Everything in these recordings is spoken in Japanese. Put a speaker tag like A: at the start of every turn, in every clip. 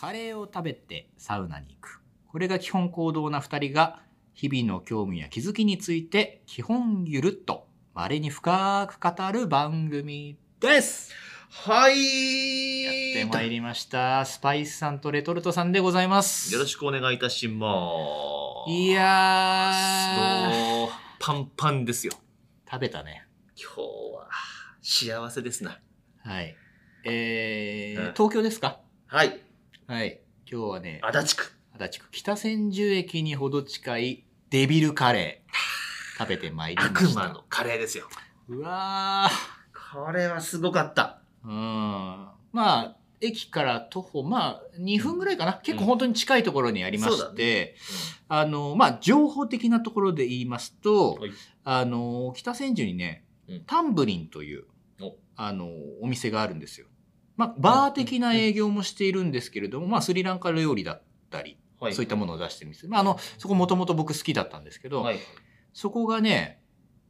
A: カレーを食べてサウナに行く。これが基本行動な2人が、日々の興味や気づきについて、基本ゆるっと、稀に深く語る番組です。
B: はい
A: やってまいりました。スパイスさんとレトルトさんでございます。
B: よろしくお願いいたします。
A: いやー、
B: そうパンパンですよ。
A: 食べたね。
B: 今日は、幸せですな。
A: はい。えー
B: うん
A: 東京ですか
B: はい。
A: はい。今日はね、
B: 足立区。
A: 足立区北千住駅にほど近いデビルカレー食べてまいりました。
B: 悪魔のカレーですよ。
A: うわ
B: これはすごかった。
A: ー。うん。まあ、駅から徒歩、まあ、2分ぐらいかな。結構本当に近いところにありま
B: そうだ
A: して、あの、まあ、情報的なところで言いますと、
B: はい
A: あの、北千住にね
B: うん、
A: タンブリンという
B: お、
A: あの、お店があるんですよ。まあ、バー的な営業もしているんですけれども、まあ、スリランカ料理だったり、
B: は
A: そういったものを出してるんです。まあ、あの、そこもともと僕好きだったんですけど、
B: はい。
A: そこがね、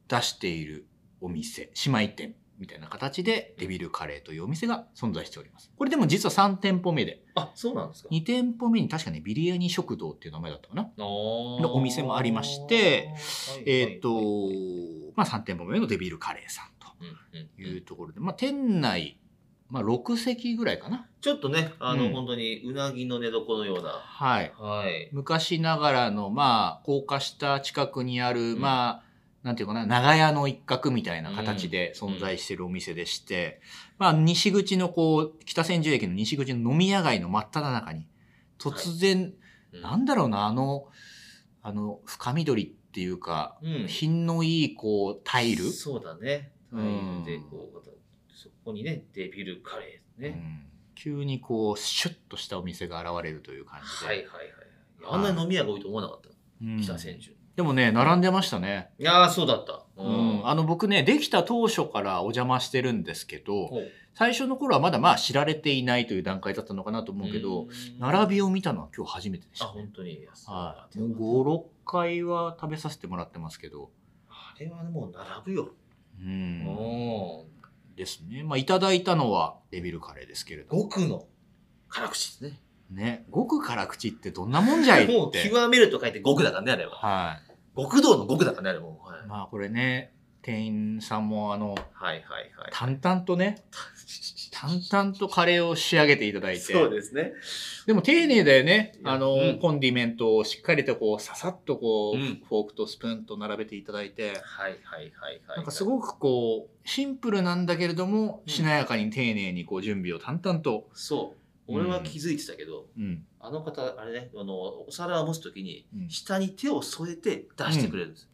A: 出しているお店、姉妹店みたいな形で、デビルカレーというお店が存在しております。これでも実は3店舗目で、
B: あ、そうなんですか。
A: 2店舗目に確かね、ビリヤニ食堂っていう名前だったかな。
B: の
A: お店もありまして、えーっ、と、
B: はい
A: まあ3店舗目のデビルカレーさん
B: うんうん
A: というところで、まあ店内、まあ6席ぐらいかな。
B: ちょっとね、あの、
A: うん
B: 本当にうなぎの寝床のような。
A: はい。
B: はい。
A: 昔ながらの、まあ、高架下近くにある、
B: うん
A: まあ、なんていうかな、長屋の一角みたいな形で存在してるお店でして、まあ、西口のこう、北千住駅の西口の飲み屋街の真っ只中に、突然、なんだろうな、あの、あの、深緑っていうか、
B: うん
A: 品のいい、こう、タイル、
B: そうだね。タイルで、こう、またそこにね、デビルカレー
A: う
B: ね。
A: ん急にこう、シュッとしたお店が現れるという感じで。
B: はいはいはい。あんなに飲み屋が多いと思わなかった。
A: うん
B: 北千住。
A: でもね、並んでましたね。
B: いやー、そうだった。
A: うん、あの僕ね、できた当初からお邪魔してるんですけど、
B: ほう
A: 最初の頃はまだまあ知られていないという段階だったのかなと思うけど、、並びを見たのは今日初めてでし
B: あ、
A: たね
B: 本。当に。
A: はい。
B: そう
A: 5、
B: だ
A: 6回は食べさせてもらってますけど、
B: あれはもう並ぶよ。
A: う。
B: うんん。
A: ですね。まあいただいたのはデビルカレーですけれど。
B: 極の辛口ですね。
A: ね。ごく辛口ってどんなもんじゃいっ
B: もう
A: て。
B: 極めると書いて極だからね、あれは。
A: は
B: 極道の極だからね、あれも。はい
A: い。まあこれね、店員さんもあの、
B: はいはいはい。
A: 淡々と ね、淡々とカレーを仕上げていただいて。
B: そうですね。
A: でも丁寧だよね
B: い。や
A: あの、
B: うん
A: コンディメントをしっかりとこう、ささっとこう、
B: うん
A: フォークとスプーンと並べていただいて、
B: はいはいはいはい。
A: なんかすごくこう、シンプルなんだけれども、
B: うん
A: しなやかに丁寧にこう、準備を淡々と。
B: そう。俺は気づいてたけど、
A: うん。
B: あの方、あれね、あの、お皿を持つときに
A: う、ん
B: 下に手を添えて出してくれるんです。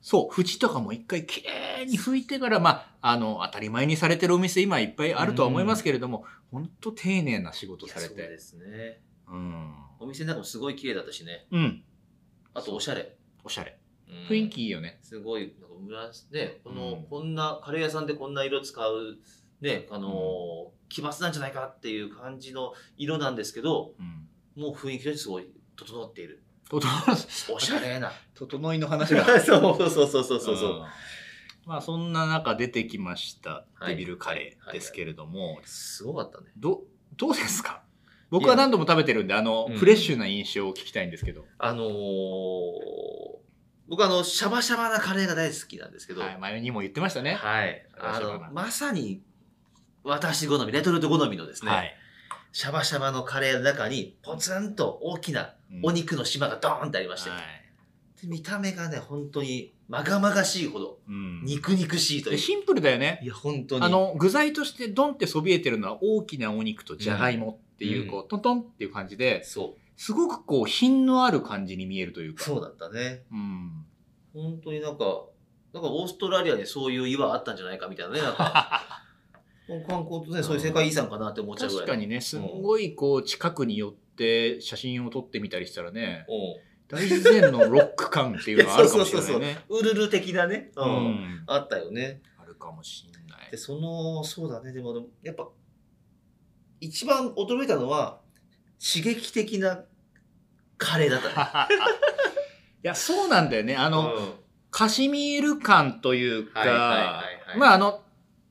A: そう、縁とかも一回きれいに拭いてから、まあ、あの、当たり前にされてるお店今いっぱいあるとは思いますけれども、ほんと丁寧な仕事
B: いや
A: され
B: そうで
A: て。
B: すね。
A: うん。
B: お店の中もすごい綺麗だったしね。
A: うん。
B: あとおしゃれ。
A: おしゃれ。
B: うん
A: 雰囲気いいよね。
B: すごい、なんか紫ね、この、
A: うん
B: こんな、カレー屋さんでこんな色使う、ね、あのー奇抜なんじゃないかっていう感じの色なんですけど、
A: うん。
B: もう雰囲気がすごい整っている。
A: 整
B: おしゃれな。
A: 整いの話が。
B: そうそうそうそうそうそう。
A: んまあそんな中出てきました、
B: は
A: デ
B: い
A: ビルカレーですけれども、
B: すごかったね。
A: どどうですか僕は何度も食べてるんであの、
B: うん
A: フレッシュな印象を聞きたいんですけど、
B: あのー僕あの、シャバシャバなカレーが大好きなんですけど、
A: はい、前にも言ってましたね。
B: はい。あ
A: シャバ
B: の
A: な、
B: まさに、私好み、レトルト好みのですね、
A: はい
B: シャバシャバのカレーの中に、ポツンと大きなお肉の島がドーンってありまして、
A: はい
B: で見た目がね、本当に、まがまがしいほど、
A: うん
B: 肉肉しいとい
A: で
B: う。
A: シンプルだよね
B: いや、本当に。
A: あの具材としてドンってそびえてるのは大きなお肉とじゃがいもっていう、
B: うん
A: こうトントンっていう感じで
B: そう。
A: すごくこう品のある感じに見えるというか
B: そうだったね。
A: うん、
B: 本当になんか、なんかオーストラリアでそういう岩あったんじゃないかみたいなね、なんか。 もう観光とね、そういう世界遺産かなって思っちゃうぐら
A: 確
B: い。
A: かにねすんごいこう近くに寄って写真を撮ってみたりしたらね
B: うん。
A: 大自然のロック感っていうのがあるかもしれないね。
B: ウルル的なね、
A: う
B: うん
A: ん
B: あったよね
A: あるかもしれない
B: で。そのそうだねでもでもやっぱ一番驚いたのは刺激的なカレーだったね
A: いや、そうなんだよね。あ
B: あ
A: の、カシミール感というか、
B: はいはいはいはい
A: まあ、あの、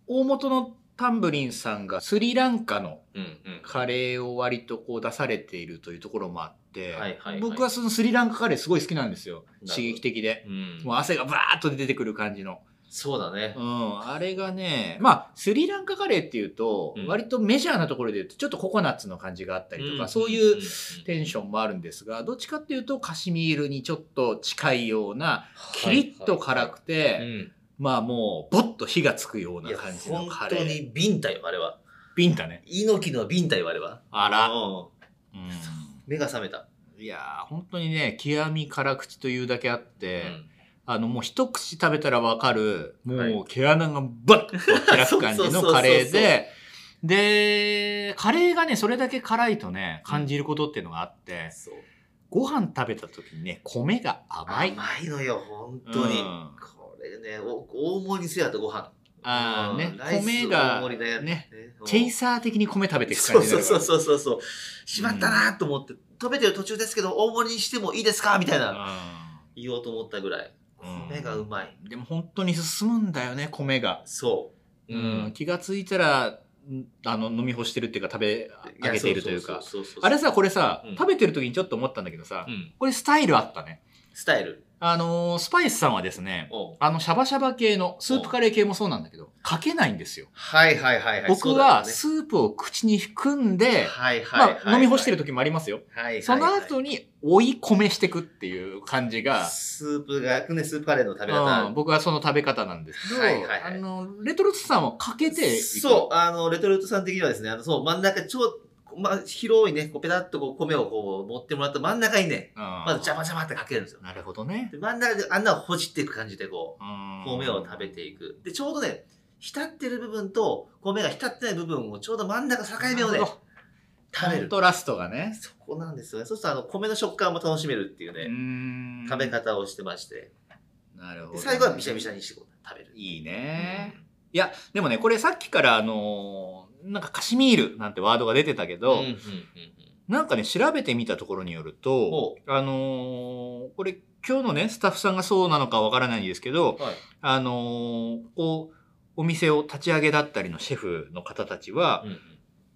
A: 大元のタンブリンさんがスリランカの
C: うんうん。
A: カレーを割とこう出されているというところもあって、
C: はいはいはい
A: 僕はそのスリランカカレーすごい好きなんですよ
C: ほど
A: 刺激的で。
C: うん
A: もう汗がバーッと出てくる感じの。
C: そうだね
A: う。ん。あれがね、まあ、スリランカカレーっていうと
C: う、ん
A: 割とメジャーなところで言うと、ちょっとココナッツの感じがあったりとか、そうい
C: ん
A: うテンションもあるんですが、どっちかっていうと、カシミールにちょっと近いような、キリッと辛くて、
C: うん
A: まあもう、ぼっと火がつくよう
B: い
A: な
B: や、
A: 感じの
B: 本
A: カレ
B: 当
A: ー。
B: にビンタよ、あれは。
A: ビンタね。
B: 猪木のビンタよ、あれは。
A: あら。
B: うん
A: うん
B: 目が覚めた。
A: いやー、本当にね、極み辛口というだけあって、あの、もう一口食べたらわかる、
C: は
A: もう
C: い
A: 毛穴がバッと開く感じ
B: そうそうそう
A: の
B: そう
A: カレーで、で、カレーがね、それだけ辛いとね、感じることっていうのがあって、
B: そう
A: ご飯食べた時にね、米が甘い。
B: 甘いのよ、本当に。
A: うん
B: これね、お大盛りせやとご飯。
A: あーね
B: うんライス
A: 米が
B: 大盛りだよ
A: ね
B: うん
A: チェイサー的に米食べていく
B: そ
A: 感
B: う
A: じだ
B: そ
A: か
B: う
A: ら
B: そうそうそうそう。しまったなーと思って、食べてる途中ですけど、大盛りにしてもいいですかみたいな言おうと思ったぐらい。
A: うん
B: 米がうまい。
A: うんでも本当に進むんだよね、米が。
B: そ
A: うん、気がついたら、んあの、飲み干してるっていうか食べ
B: う。
A: 上げているというか。
B: そうそうそうそう。
A: あれさ、これさ、
C: うん
A: 食べてる時にちょっと思ったんだけどさ、
C: うん
A: これスタイルあったね。
B: スタイル。
A: あのースパイスさんはですね、
B: おう
A: あの、シャバシャバ系の、スープカレー系もそうなんだけど、かけないんですよ。
B: はいはいはいはい。
A: 僕
B: そうだよ
A: は
B: ね
A: スープを口に含んで、
B: はい
A: ま
B: はいはい
A: あ、飲み干してる時もありますよ。
B: はいはい
A: その後に追い米してくっていう感じが、
B: スープが、ね、スープカレーの食べ
A: うん
B: 方。
A: 僕はその食べ方なんですけど、
B: はいはいはい
A: あの、レトルトさんはかけていく。
B: そう、あの、レトルトさん的にはですね、あの、そう、真ん中、超、まあ、広いね、こうペタッとこう米をこう持ってもらった真ん中にね、
A: うん。
B: まず邪魔邪魔ってかけるんですよ。
A: なるほどね。
B: で真ん中で穴をほじっていく感じでこう、米
A: 米
B: を食べていく。で、ちょうどね、浸ってる部分と米が浸ってない部分をちょうど真ん中境目をね、食
A: コ
B: べ
A: ン
B: る。
A: トラストがね。
B: そこなんですよね。そうするとあの、米の食感も楽しめるっていう
A: う
B: ね、
A: ん
B: 食べ。方をしてまして。
A: なるほど、
B: で最後はびしゃびしゃにしてこう食べる。
A: いいうね。
B: ん
A: いや、でもね、これさっきからあのーなんかカシミールなんてワードが出てたけど、
C: うんうんうん
A: なんかね、調べてみたところによると、
B: おう
A: あのーこれ今日のね、スタッフさんがそうなのかわからないんですけど、
B: はい
A: あのーこう、お店を立ち上げだったりのシェフの方たちは、
C: うんうん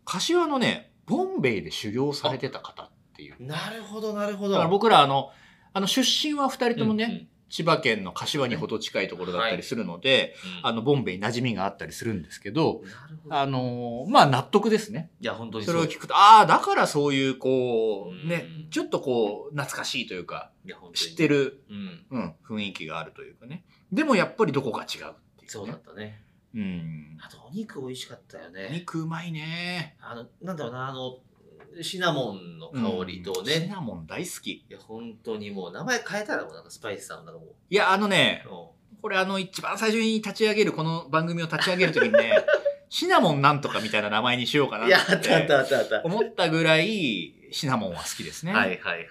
A: 柏のね、ボンベイで修行されてた方っていう。
B: なるほど、なるほ
A: だ
B: ど。
A: から僕らあの、あの出身は二人ともね、
C: うんうん
A: 千葉県の柏にほど近いところだったりするので、
C: うん
A: あの、ボンベに馴染みがあったりするんですけど、
B: なるほど。
A: あのーまあ納得ですね。
B: いや、本当に
A: それ
B: う
A: を聞くと、ああ、だからそういう、こう、ね
C: うん、
A: ちょっとこう、懐かしいというか、
B: いや、本当に
A: 知ってる、
C: うん
A: うん、雰囲気があるというかね。でもやっぱりどこか違うっていう、ね。
B: そうだったね。
A: うん。
B: あと、お肉美味しかったよね。
A: 肉うまいね。
B: あの、なんだろうな、あの、シナモンの香りと
A: うんシ
B: ね。
A: ナモン大好き。
B: いや、本当にもう、名前変えたらもう、なんかスパイスさんなんかも
A: いや、あのね
B: う、う。
A: これあの、一番最初に立ち上げる、この番組を立ち上げるときにね、シナモンなんとかみたいな名前にしようかなんっ
B: い
A: て
B: や、あったあったあったあった。
A: 思ったぐらい、シナモンは好きですね。
B: はいはいはいはい。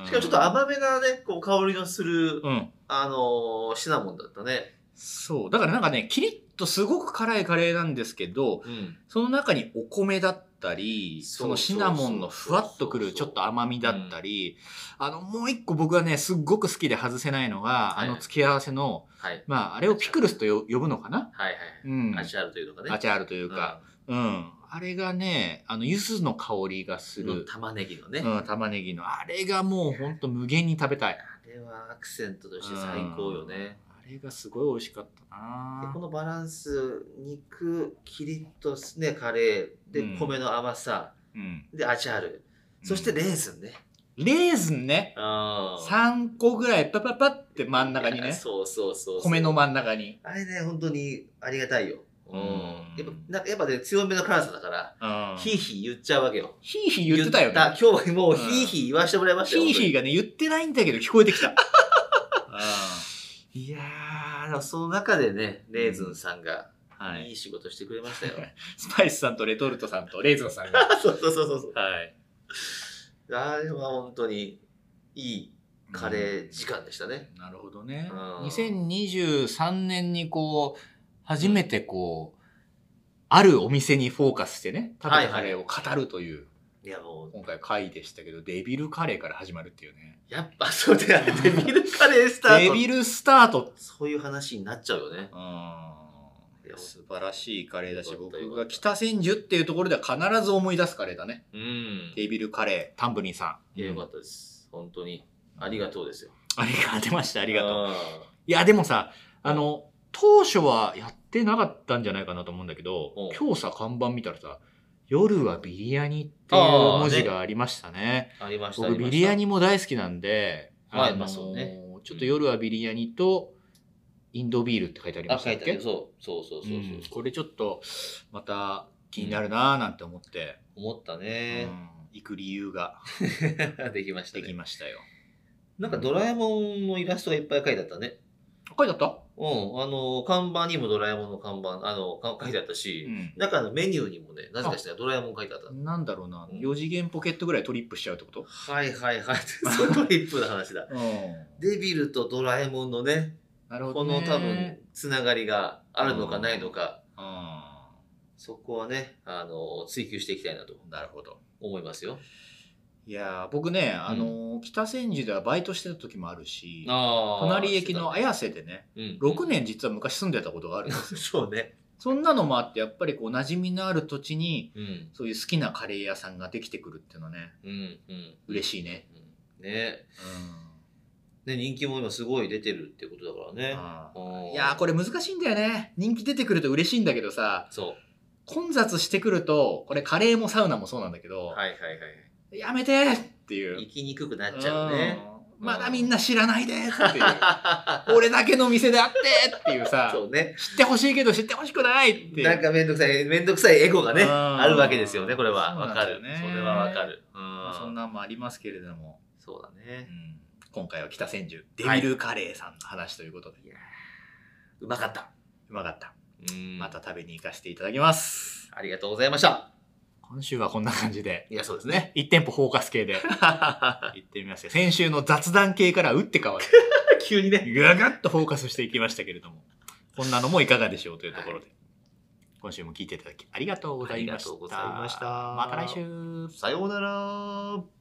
A: うん
B: しかもちょっと甘めなね、こう、香りのする、
A: うん。
B: あのー、シナモンだったね。
A: そう。だからなんかね、キリッとすごく辛いカレーなんですけど、
B: うん。
A: その中にお米だったり、そ
B: そうそ
A: の
B: うそう
A: シナモンのふわっとくるちょっと甘みだったり、あの、もう一個僕はね、すっごく好きで外せないのが、
B: は
A: あ
B: い
A: の付け合わせの、
B: はい。
A: まあ、あれをピクルスとよ呼ぶのかな
B: はいはい。
A: うん。
B: アチャールというのかね。
A: ア
B: ャ
A: チャールというか、うん。あれがね、あの、柚子の香りがす
B: の
A: る、
B: 玉ねぎのね。
A: うん、玉ねぎの、あれがもうほんと無限に食べたい。
B: あれはアクセントとして最高よね。
A: うん。あれがすごい美味しかった
B: で
A: な
B: このバランス、肉、キリッとすね、カレー、で、
A: うん
B: 米の甘さ、
A: うん。
B: で、アチャール、そしてレーズンね。
A: レーズンね。
B: あー
A: 3個ぐらいパパパって真ん中に
B: いや
A: ね。
B: そうそうそうそう。
A: 米の真ん中に。
B: あれね、本当にありがたいよ。うん
A: うん。
B: やっぱ、なんかやっぱね、強めの辛さだから、
A: うん
B: ヒーヒー言っちゃうわけよ。
A: ヒーヒー言ってたよ
B: 言
A: ね
B: っ。今日はもううんヒーヒー言わせてもらいました
A: ヒ
B: よ。
A: ーヒーがね、言ってないんだけど聞こえてきた。
B: 本当にいやー、でもその中でね、レーズンさんが、
A: はいい。
B: い仕事してくれま したよ。
A: スパイスさんとレトルトさんとレーズンさんが。
B: そうそうそうそうそう。
A: はい。
B: あれは本当にいいカレー時間でしたね。
A: なるほどね。
B: うん
A: 2023年にこう、初めてこう、あるお店にフォーカスしてね、食べたカレーを語るという、
B: いやもう、
A: 今回回でしたけど、デビルカレーから始まるっていうね。
B: やっぱそうだよね。デビルカレースター
A: デ
B: ト。
A: ビルスタート。
B: そういう話になっちゃうよね。
A: うん。
D: だよ。
A: 素晴らしいカレーだし、
B: よかった
A: 僕が北千住っていうところでは必ず思い出すカレーだね。
B: うん。
A: デイビルカレー、タンブリンさん。
B: いや、よかったです。本当に。ありがとうですよ。
A: ありがとう、出ました、あ
B: あ
A: りがとう。
B: う。
A: いや、でもさ、あの、当初はやってなかったんじゃないかなと思うんだけど
B: うん、
A: 今日さ、看板見たらさ、夜はビリヤニっていう
B: あー
A: 文字
B: ね
A: がありましたね。
B: ありました。
A: 僕、ビリヤ
B: ニ。
A: ニも大好きなんで、
B: はい
A: の
B: まあそうね
A: ちょっと夜はビリヤニと、インドビールって書いてありま
B: あ、
A: した
B: 書
A: っ
B: いてある
A: け
B: よそうそうそうそうそう。
A: うんこれちょっと、また気になるなーなんて思って、
B: 思った
A: う
B: ね。
A: ん行く理由が
B: できました
A: でき
B: ね。
A: ましたよ。
B: なんかドラえもんのイラストがいっぱい書いてあったね。
A: 書いてあった
B: うん。あの、看板にもドラえもんの看板、あの、か書いてあったし、中のメニューにもね、なぜかしらドラえもん書いてあった。
A: なんだろうな、
B: うん
A: 4次元ポケットぐらいトリップしちゃうってこと
B: はいはいはい。 そのトリップの話だ。デビルとドラえもんのね、
A: なるほ
B: こ
A: ど
B: の
A: ね。
B: 多分、つながりがあるのかないのか、
A: う
B: そこはね、あの、追求していきたいなと
A: ん。なるほど。
B: 思いますよ。
A: いやー僕ね、あのー北千住ではバイトしてた時もあるし、
B: あ
A: 隣駅の綾瀬でね、
B: 6
A: 6年実は昔住んでたことがあるん ですよ。
B: そうね。
A: そんなのもあって、やっぱりこう、馴染みのある土地に、
B: うん。
A: そういう好きなカレー屋さんができてくるっていうのはね、
B: うん。うん。
A: 嬉しいね。
B: うん。ね。ね、人気も今すごい出てるってことだから
A: うん。
B: ね。
A: あー
B: い
A: いやーこれ難しいんだよね。人気出てくると嬉しいんだけどさ、
B: そ
A: 混雑してくると、これカレーもサウナもそうなんだけど
B: う。、はいはいはい。
A: やめてーっていう。
B: 行きにくくなっちゃうね。
A: うん。まだみんな知らないでー っていう。俺だけの店であってっていうさ、
B: そうね。
A: 知ってほしいけど知ってほしくないっていう。
B: なんかめんどくさい、めんどくさいエゴがね、
A: うん
B: あるわけですよね、これは。
A: そう
B: わ
A: なん
B: か
A: だ
B: る
A: よ。ね
B: それはわかる。う
A: まあそん
B: ん。
A: なんもありますけれども、
B: そうだ
A: う
B: ね。
A: ん今回は北千住デビルカレーさんの話ということで、
B: うまかった。
A: うまかった。
B: うん
A: また。食べに行かせていただきます。
B: ありがとうございました。
A: 今週はこんな感じで、
B: いや、そうですね。
A: 1店舗フォーカス系で 行ってみました。先週の雑談系から打って変わって、
B: 急にね。
A: ぐがっとフォーカスしていきましたけれども、こんなのもいかがでしょうというところで、今週も聞いていただきありがとうございました。
B: ありがとうございました
A: また来週。
B: さようなら。